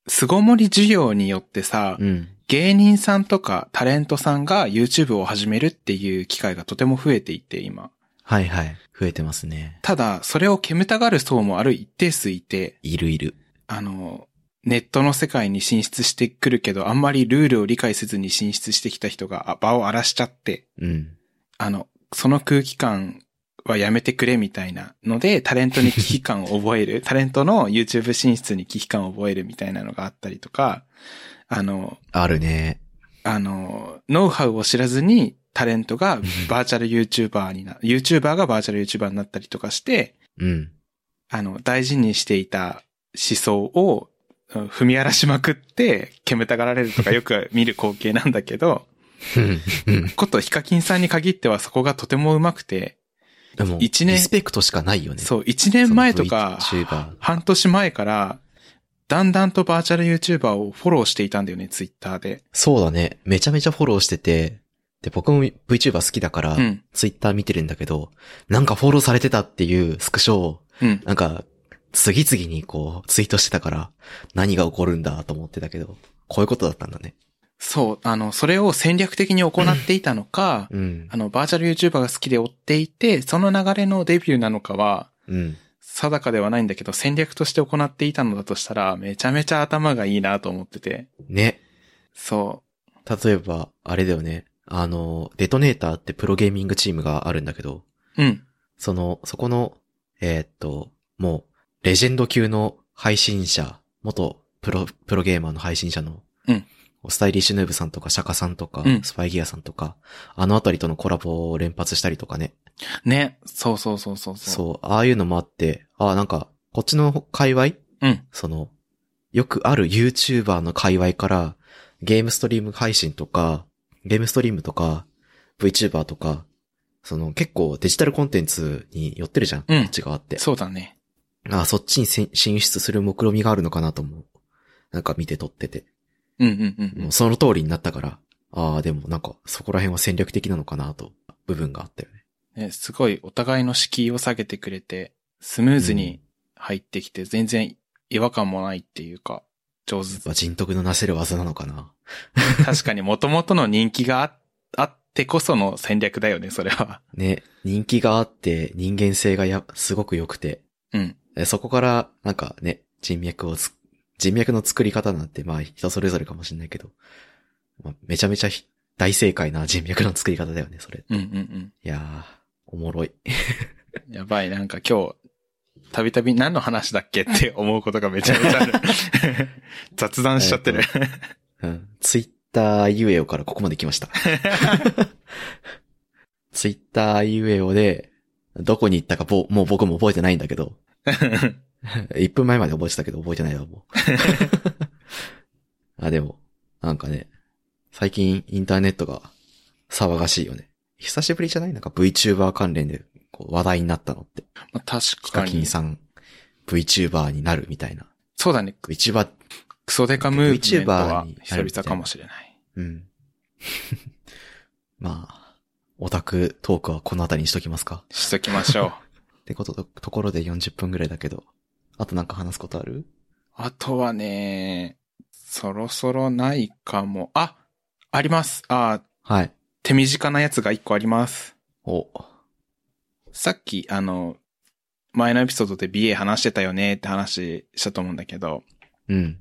B: 凄盛り需要によってさ、
A: うん。
B: 芸人さんとかタレントさんが YouTube を始めるっていう機会がとても増えていて、今。
A: はいはい。増えてますね。
B: ただ、それを煙たがる層もある一定数いて、
A: いるいる。
B: あの、ネットの世界に進出してくるけど、あんまりルールを理解せずに進出してきた人があ場を荒らしちゃって、
A: うん。
B: あの、その空気感はやめてくれみたいなので、タレントに危機感を覚える、 タレントの YouTube 進出に危機感を覚えるみたいなのがあったりとか、あの、
A: あるね。
B: あの、ノウハウを知らずに、タレントがバーチャル YouTuber にな、YouTuber がバーチャル YouTuber になったりとかして、
A: うん。
B: あの、大事にしていた思想をうん踏み荒らしまくって、煙たがられるとかよく見る光景なんだけど、
A: うん
B: ことヒカキンさんに限ってはそこがとてもうまくて、
A: でも、
B: 一年
A: リスペクトしかないよね。
B: そう、1年前とか、
A: その VTuber
B: 半年前から、だんだんとバーチャル YouTuber をフォローしていたんだよね、Twitter で。
A: そうだね。めちゃめちゃフォローしてて、で、僕も VTuber 好きだから、
B: うん、
A: ツイッター見てるんだけど、なんかフォローされてたっていうスクショを、
B: うん。
A: なんか、次々にこう、ツイートしてたから、何が起こるんだと思ってたけど、こういうことだったんだね。
B: そう、あの、それを戦略的に行っていたのか、
A: うん
B: あ。の、バーチャル YouTuber が好きで追っていて、その流れのデビューなのかは、
A: うん。
B: 定かではないんだけど、戦略として行っていたのだとしたら、めちゃめちゃ頭がいいなと思ってて。
A: ね。
B: そ
A: 例えば、あれだよね。あの、デトネーターってプロゲーミングチームがあるんだけど、
B: う。うん。
A: その、そこの、えーっと、もう、レジェンド級の配信者、元プロ、プロゲーマーの配信者の、
B: うん
A: スタイリッシュヌーブさんとか、シャカさんとか、
B: うん
A: スパイギアさんとか、あのあたりとのコラボを連発したりとかね。
B: ね。そうそうそうそうそう。
A: そう、ああいうのもあって、ああ、なんか、こっちの界隈
B: うん。
A: その、よくある YouTuber の界隈から、ゲームストリーム配信とか、ゲームストリームとか、VTuber とか、その結構デジタルコンテンツに寄ってるじゃん。
B: うん
A: こっち側って。
B: そうだね。
A: ああ、そっちにせん進出する目論みがあるのかなと思う。なんか見て取ってて。
B: うんうんうんう
A: も
B: ん
A: う。その通りになったから、ああ、でもなんかそこら辺は戦略的なのかなと、部分があったよね。
B: ね、すごいお互いの敷居を下げてくれて、スムーズに入ってきて、全然違和感もないっていうか、上手
A: やっ。ぱ人徳のなせる技なのかな。
B: 確かに元々の人気がああってこその戦略だよね、それは。
A: ね、人気があって人間性がや、すごく良くて、
B: うん。
A: えそこから、なんかね、人脈をつ、人脈の作り方なんて、まあ人それぞれかもしれないけど、まあ、めちゃめちゃひ大正解な 人脈の作り方だよね、それ。
B: うんうん
A: いやー、おもろい。
B: うん。やばい、なんか今日、たびたび何の話だっけって思うことがめちゃめち ゃある。雑談しちゃってる。
A: うん。ツイッターゆえおからここまで来ました。ツイッターゆえおで、どこに行ったかぼもう僕も覚えてないんだけど、1分前 まで覚えてたけど覚えてないわ、も う。あ、でも、なんかね、最近インターネットが騒がしいよね。久しぶりじゃないなんか VTuber 関連でこう話題になったのって。
B: まあ確
A: ヒ
B: か
A: カキン
B: に。
A: さん VTuber になるみたいな。
B: そうだね。
A: VTuber、
B: クソデカムーブメント
A: VTuber
B: は
A: に
B: 久々かもしれない。
A: うん。 まあ、オタクトークはこの辺りにしときますか。
B: しときましょう。
A: ってことと、ところで40分ぐらいだけど、あとなんか話すことある
B: あとはね、そろそろないかも。あ、あります。あ、
A: はい。
B: 手短なやつが一個あります。
A: お、
B: さっき、あの、前のエピソードで BA 話してたよねって話したと思うんだけど、
A: うん、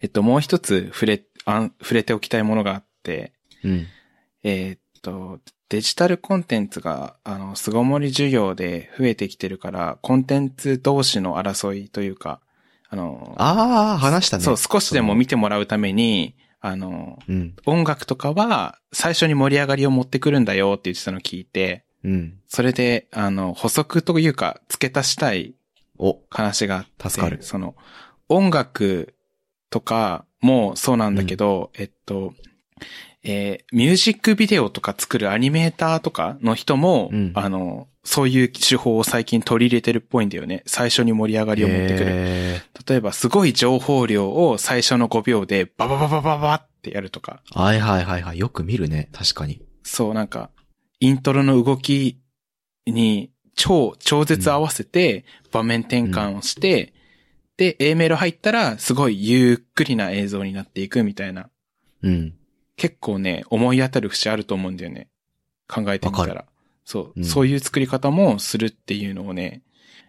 B: えっと、もう一つ触れ、あん触れておきたいものがあって、
A: うん、
B: えーっと、デジタルコンテンツが、あの、巣ごもり需要で増えてきてるから、コンテンツ同士の争いというか、あの、
A: あー、話したね。
B: そう、少しでも見てもらうために、あの、
A: うん、
B: 音楽とかは最初に盛り上がりを持ってくるんだよって言ってたのを聞いて、
A: うん。
B: それで、あの、補足というか、付け足したい
A: お、
B: 話があって、
A: 助かる
B: その、音楽とかもそうなんだけど、えっと、えーミュージックビデオとか作るアニメーターとかの人も、
A: うん
B: あの、そういう手法を最近取り入れてるっぽいんだよね。最初に盛り上がりを持ってくる。
A: え
B: 例えば、すごい情報量を最初の5秒でババババババってやるとか。
A: ー、はいはいはいはい。よく見るね。確かに。
B: そう、なんか、イントロの動きに超、超絶合わせて場面転換をして、で、A メール入ったら、すごいゆっくりな映像になっていくみたいな。
A: うん。
B: 結構ね、思い当たる節あると思うんだよね。考えてみた。
A: わから
B: そう、
A: うん
B: そういう作り方もするっていうのをね、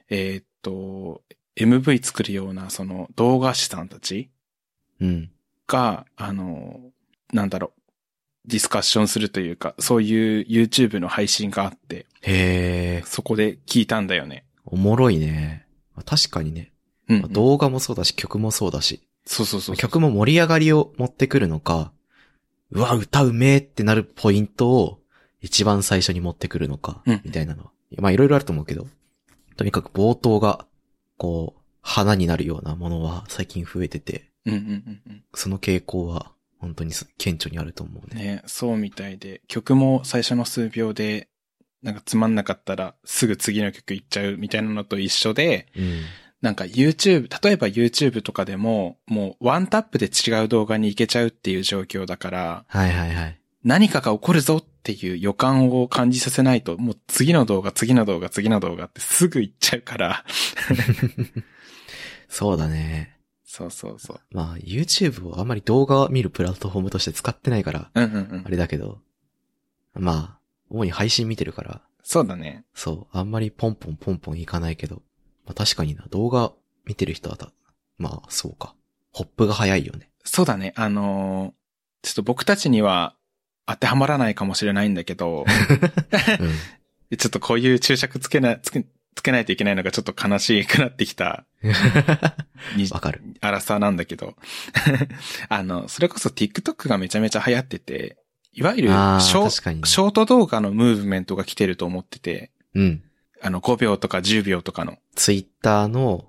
B: えーっと、MV 作るような、その、動画師さんたち
A: うん。
B: が、あの、なんだろう、ディスカッションするというか、そういう YouTube の配信があって、
A: へー、
B: そこで聞いたんだよね。
A: おもろいね。確かにね。
B: うん。
A: 動画もそうだし、曲もそうだし。
B: そうそうそう。
A: 曲も盛り上がりを持ってくるのか、うわ、歌うめえってなるポイントを一番最初に持ってくるのか、
B: うん
A: みたいなのは。まあいろいろあると思うけど、とにかく冒頭が、こう、花になるようなものは最近増えてて、
B: うんうんうん
A: その傾向は本当にす顕著にあると思う
B: うん。
A: ね。
B: ね、そうみたいで、曲も最初の数秒で、なんかつまんなかったらすぐ次の曲行っちゃうみたいなのと一緒で、
A: うん。
B: なんか YouTube、例えば YouTube とかでも、もうワンタップで違う動画に行けちゃうっていう状況だから、
A: はいはいはい。
B: 何かが起こるぞっていう予感を感じさせないと、もう次の動画、次の動画、次の動画ってすぐ行っちゃうから、
A: そうだね。
B: そうそうそう。
A: まあ、YouTube をあんまり動画を見るプラットフォームとして使ってないから、
B: うんうんうん
A: あ。れだけど、まあ、主に配信見てるから、
B: そうだね。
A: そう、あんまりポンポンポンポンいかないけど、まあ確かにな、動画見てる人はた、まあ、そうか。ホップが早いよね。
B: そうだね。あのーちょっと僕たちには当てはまらないかもしれないんだ けど、
A: うん。
B: ちょっとこういう注釈つけな、つけ、つけないといけないのがちょっと悲しくなってきた、 に
A: わかる。
B: 荒さなんだけど。 あの、それこそ TikTok がめちゃめちゃ流行ってて、いわゆるシ
A: ああ、
B: ョ
A: 確かにね、
B: ショート動画のムーブメントが来てると思ってて、
A: うん。
B: あの5秒とか10秒とかの。
A: ツイッターの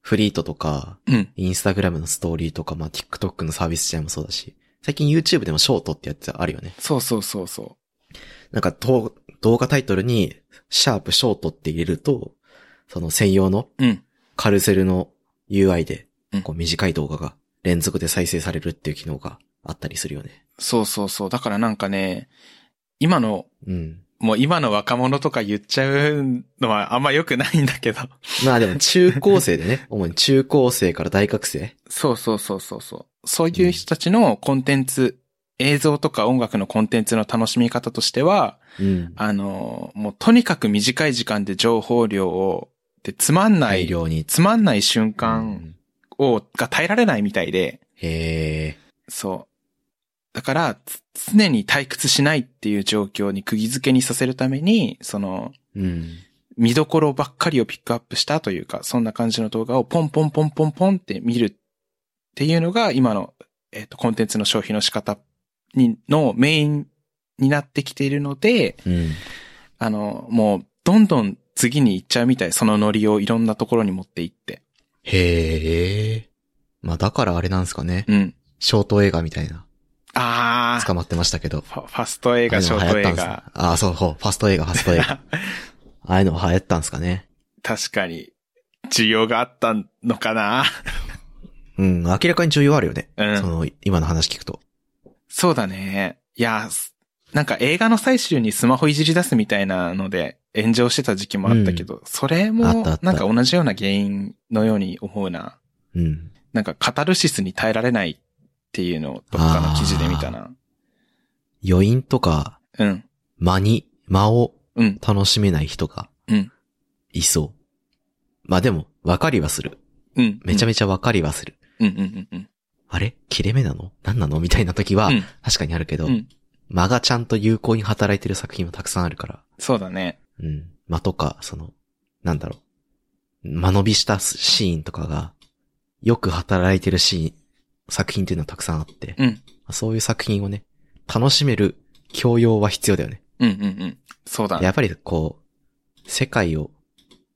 A: フリートとか、
B: うん。
A: インスタグラムのストーリーとか、まあ TikTok のサービス自体もそうだし、最近 YouTube でもショートってやつあるよね。
B: そうそうそうそ
A: なんかと動画タイトルに、シャープショートって入れると、その専用の
B: う。うん。
A: カルセルの UI で
B: うん、
A: こう短い動画が連続で再生されるっていう機能があったりするよね。
B: そうそうそう。だからなんかね、今の、
A: うん。
B: もう今の若者とか言っちゃうのはあんま良くないんだけど。
A: まあでも中高生でね、 主に中高生から大学生。
B: そうそうそうそうそう。そういう人たちのコンテンツ、映像とか音楽のコンテンツの楽しみ方としては、
A: うん。
B: あの、もうとにかく短い時間で情報量を、で、つまんな
A: 大
B: い、
A: 量に。
B: つまんない瞬
A: う
B: 間
A: ん
B: を、が耐えられないみたいで、
A: へえ。
B: そう。だから、つ常に退屈しないっていう状況に釘付けにさせるために、その、
A: うん。
B: 見どころばっかりをピックアップしたというか、そんな感じの動画をポンポンポンポンポンって見るっていうのが今の、えっ、と、コンテンツの消費の仕方に、のメインになってきているので、
A: うん。
B: あの、もう、どんどん次に行っちゃうみたい、そのノリをいろんなところに持っていって。
A: へえ。まあだからあれなんですかね。
B: うん。
A: ショート映画みたいな。
B: あー、
A: 捕まってましたけど。
B: ファファスト
A: あ
B: 映
A: あ
B: 画、
A: いう
B: ショ
A: の
B: ー
A: 流
B: ト
A: 行った
B: 映
A: んすね
B: 画。
A: ああ、そう、そう。ファスト映画、ファスト映 画。ああいうの流行ったんですかね。
B: 確かに、需要があったのかな
A: うん。明らかに重要あるよね。
B: うん
A: その、今の話聞くと。
B: そうだね。いや、すなんか映画の最終にスマホいじり出すみたいなので炎上してた時期もあったけど、それ
A: あ
B: も
A: ったあった
B: なんか同じような原因のように思うな。
A: うん。
B: なんかカタルシスに耐えられないっていうのをどっかの記事で見たな。
A: 余韻とか、
B: うん。
A: 間に、間を
B: うん。
A: 楽しめない人が
B: うん、
A: いそう。まあでも、わかりはする。
B: うん。
A: めちゃめ
B: めち
A: ちゃわかりはする。
B: ゃ。うんうんうんうん。
A: あれ切れ目なの何なのみたいな時は、
B: うん
A: 確かにあるけど、
B: うん
A: 間がちゃんと有効に働いてる作品もたくさんあるから、
B: そうだね。
A: うん。間とか、その、なんだろう。間延びしたシーンとかが、よく働いてるシーン、作品っていうのはたくさんあって、
B: うん。
A: そういう作品をね、楽しめる教養は必要だよね。
B: うんうんうん。そうだ
A: や
B: ね。
A: っぱりこう、世界を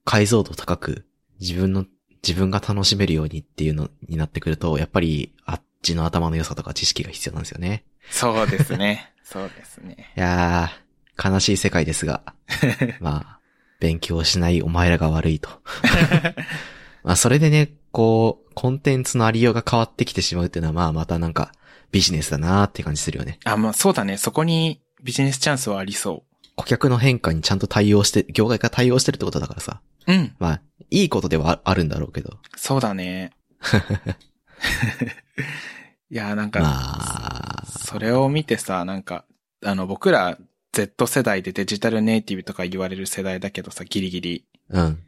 A: 解像度高く自分の、自分が楽しめるようにっていうのになってくると、やっぱりあっちの頭の良さとか知識が必要なんですよね。
B: そうですね。そうですね。
A: いやー、悲しい世界です が、まあ、勉強しないお前らが悪い と。まあ、それでね、こう、コンテンツのありようが変わってきてしまうっていうのは、まあ、またなんか、ビジネスだなーって感じするよね。
B: あ、まあそうだね。そこにビジネスチャンスはありそ
A: 顧客の変化にちゃんと対応して、業界が対応してるってことだからさ。
B: う。うん。
A: まあ、いいことではああるんだろうけど。
B: そうだね。 いや、なんか、
A: まあ、
B: それを見てさ、なんか、あの、僕ら Z 世代でデジタルネイティブとか言われる世代だけどさ、ギリギリ。
A: うん。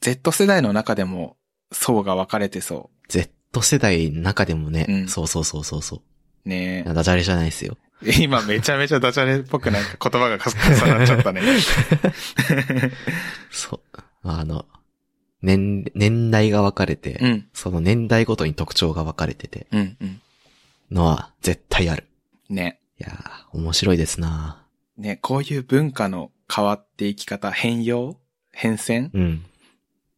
B: Z 世代の中でも層が分かれてそ
A: Z 世代の中でもね、
B: うん。
A: そうそうそうそうそう
B: ね
A: う。ダジャレじゃないですよ。
B: え今めちゃめちゃダジャレっぽくなんか言葉が重なっちゃった ね。
A: そう。あの、年、年代が分かれて、
B: うん。
A: その年代ごとに特徴が分かれてて、
B: うん。うん。
A: のは絶対ある。
B: ね。
A: いやー、面白いですな
B: ね、こういう文化の変わっていき方、変容変遷、
A: うん。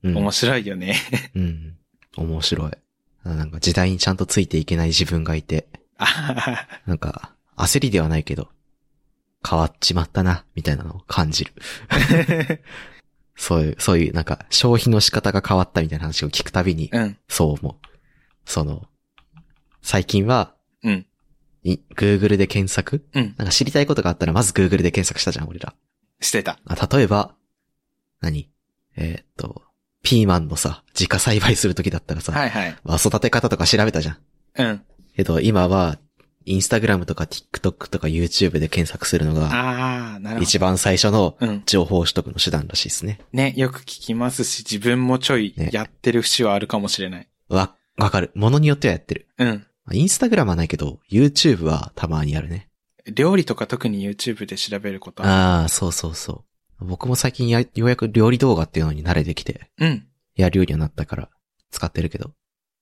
A: うん。
B: 面白い よね。
A: うん。面白い。あなんか時代にちゃんとついていけない自分がいて、
B: あはは
A: なんか、焦りではないけど、変わっちまったな、みたいなのを感じる。そういう、そういう、なんか、消費の仕方が変わったみたいな話を聞くたびに、
B: うん。
A: そう思う。その、最近は、
B: うん。
A: い Google で検索
B: うん。
A: なんか知りたいことがあったら、まず Google で検索したじゃん、俺ら。
B: してた。
A: あ、例えば、何えーっと、ピーマンのさ、自家栽培するときだったらさ、
B: はいはい。
A: まあ育て方とか調べたじゃん。
B: うん。
A: けど今は、インスタグラムとか TikTok とか YouTube で検索するのが、
B: ああ、なるほど。
A: 一番最初の
B: うん。
A: 情報取得の手段らしいですね。
B: ね、よく聞きますし、自分もちょい
A: ね
B: やってる節はあるかもしれない。
A: わ、わかる。ものによってはやってる。
B: うん。
A: まあインスタグラムはないけど、YouTube はたまにあるね。
B: 料理とか特に YouTube で調べることは。
A: ああ、そうそうそう。僕も最近や、ようやく料理動画っていうのに慣れてきて、
B: うん。
A: やるようにはなったから、使ってるけど、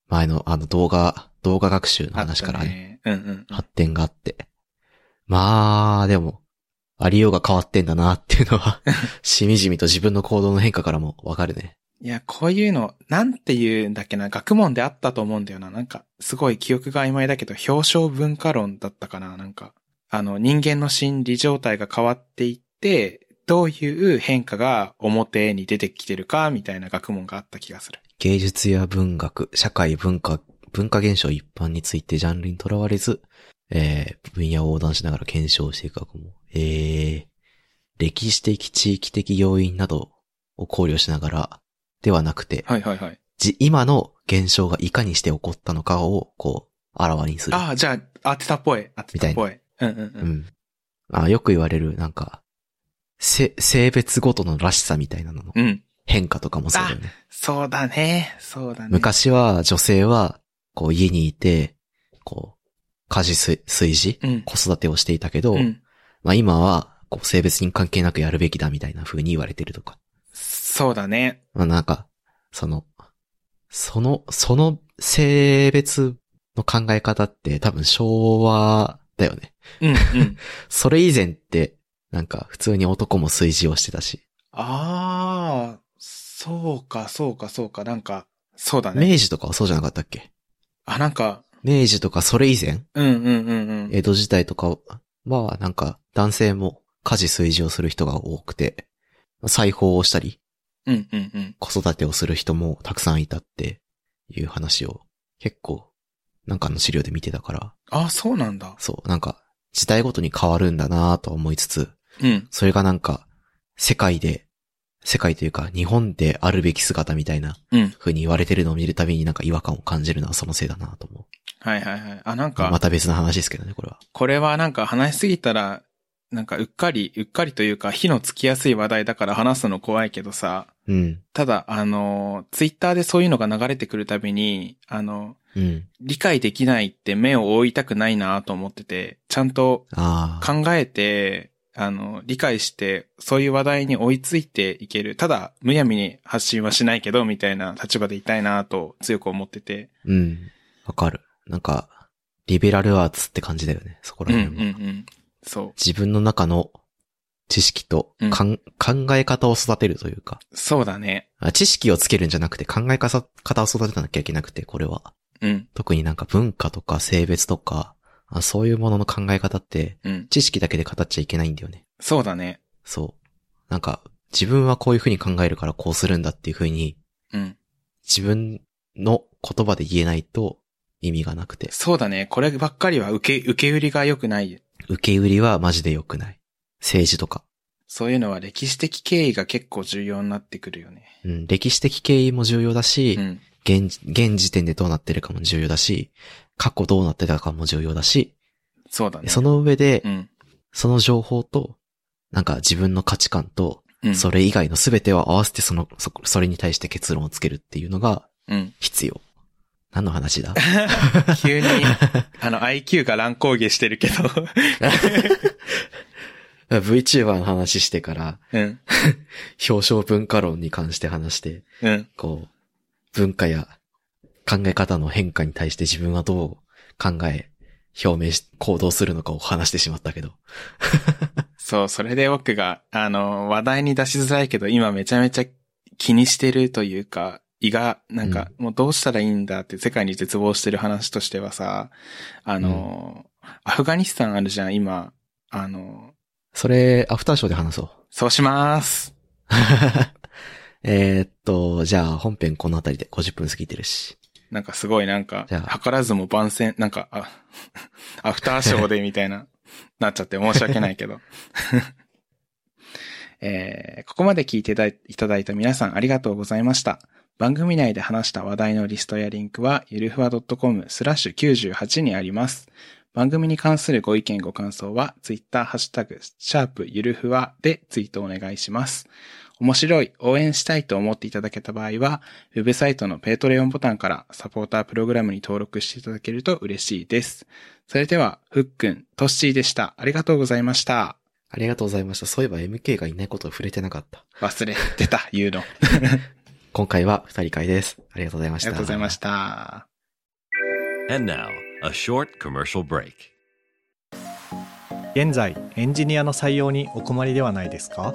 A: 前のあの動画、動画学習の話から
B: あった
A: ね、
B: ね。うんうん。
A: 発展があって。まあ、でも、ありようが変わってんだなっていうの は、しみじみと自分の行動の変化からもわかるね。
B: いや、こういうの、なんていうんだっけな、学問であったと思うんだよな。なんか、すごい記憶が曖昧だけど、表彰文化論だったかな。なんか、あの、人間の心理状態が変わっていって、どういう変化が表に出てきてるか、みたいな学問があった気がする。
A: 芸術や文学、社会、文化、文化現象一般についてジャンルにとらわれず、えー、分野を横断しながら検証していく学問。えー、歴史的、地域的要因などを考慮しながらではなくて、
B: はいはいはい。
A: じ今の現象がいかにして起こったのかを、こう、あらわにする。
B: ああ、じゃあ、当てたっぽい。当てたっぽい。うんうんう。
A: うんん。あよく言われる、なんか、せ、性別ごとのらしさみたいなのの
B: うん。
A: 変化とかもそうだよね。
B: そうだね。そうだね。。
A: 昔は女性は、こう家にいて、こう、家事す炊事、
B: うん。
A: 子育てをしていたけど、
B: うん。
A: まあ今は、こう性別に関係なくやるべきだみたいな風に言われてるとか。
B: そうだね。
A: まあなんか、その、その、その性別の考え方って多分昭和だよね。
B: うんうん。
A: それ以前って、なんか普通に男も炊事をしてたし、
B: ああ、そうか、そうか、そうか、なんか、そうだね。
A: 明治とかはそうじゃなかったっけ
B: あ、なんか、
A: 明治とかそれ以前
B: うんうんうんうん。
A: 江戸時代とかは、なんか男性も家事炊事をする人が多くて、裁縫をしたり、
B: うんうんうん。
A: 子育てをする人もたくさんいたっていう話を結構、なんかあの資料で見てたから、
B: あ、そうなんだ。
A: そう、なんか時代ごとに変わるんだなぁとは思いつつ、
B: うん。
A: それがなんか世界で、世界というか日本であるべき姿みたいな
B: うん。
A: 風に言われてるのを見るたびになんか違和感を感じるのはそのせいだなぁと思
B: はいはいはい。あ、なん
A: う。ま
B: か、
A: た別の話ですけどね、これは。
B: これはなんか話しすぎたら、なんかうっかり、うっかりというか、火のつきやすい話題だから話すの怖いけどさ、
A: うん。
B: ただ、あの、ツイッターでそういうのが流れてくるたびに、あの、
A: うん。
B: 理解できないって目を覆いたくないなと思ってて、ちゃんと
A: ああ。
B: 考えて、あの、理解して、そういう話題に追いついていける。ただ、むやみに発信はしないけど、みたいな立場でいたいなと強く思ってて。
A: うん。わかる。なんか、リベラルアーツって感じだよね、そこ
B: う
A: ら
B: んうんう
A: 辺も。
B: ん。そ
A: 自分の中の知識と
B: うん
A: かん、考え方を育てるというか、
B: う。そうだね。
A: あ知識をつけるんじゃなくて考え方方を育てなきゃいけなくて、これは。
B: うん、
A: 特になんか文化とか性別とか、あそういうものの考え方って、
B: うん。
A: 知識だけで語っちゃいけないんだよね。
B: そうだね。
A: そう。なんか、自分はこういう風に考えるからこうするんだっていう風に、
B: うん。
A: 自分の言葉で言えないと意味がなくて、
B: そうだね。こればっかりは受け、受け売りが良くない。
A: 受け売りはマジで良くない。政治とか。
B: そういうのは歴史的経緯が結構重要になってくるよね。
A: うん、歴史的経緯も重要だし、
B: うん。
A: 現、現時点でどうなってるかも重要だし、過去どうなってたかも重要だし、
B: そうだね。
A: そ、の上で、
B: うん。
A: その情報と、なんか自分の価値観と、
B: うん。
A: それ以外の全てを合わせてその、そ、それに対して結論をつけるっていうのが
B: うん。
A: 必要。何の話 だ
B: 急に、 あの、IQ が乱高下してるけど。
A: ?VTuber の話してから、
B: うん。
A: 表彰文化論に関して話して、
B: うん。
A: こう、文化や考え方の変化に対して自分はどう考え、表明し、行動するのかを話してしまったけど。
B: そう、それで僕が、あの、話題に出しづらいけど、今めちゃめちゃ気にしてるというか、胃が、なんか、もうどうしたらいいんだって世界に絶望してる話としてはさ、あの、アフガニスタンあるじゃん、今。あの、
A: それ、アフターショーで話そう。
B: そうします。
A: えーっと、じゃあ本編この辺りで50分過ぎてるし。
B: なんかすごいなんか
A: じゃ、あ
B: 図らずも番宣、なんか、あ、 アフターショーでみたいな、なっちゃって申し訳ないけど。 えーここまで聞いていただいいただいた皆さんありがとうございました。番組内で話した話題のリストやリンクは、ゆるふわ .com スラッシュ98にあります。番組に関するご意見ご感想は、ツイッターハッシュタグ、シャープゆるふわでツイートお願いします。面白い、応援したいと思っていただけた場合は、ウェブサイトのペイトレオンボタンからサポータープログラムに登録していただけると嬉しいです。それでは、ふっくん、トッシーでした。ありがとうございました。
A: ありがとうございました。そういえば MK がいないことを触れてなかった。
B: 忘れてた、言うの。あ
A: 今回は二人会です。ありがとうございまし
B: り
A: た。
B: がとうございま した。
C: And now, a short commercial break.
D: 現在エンジニアの採用にお困りではないですか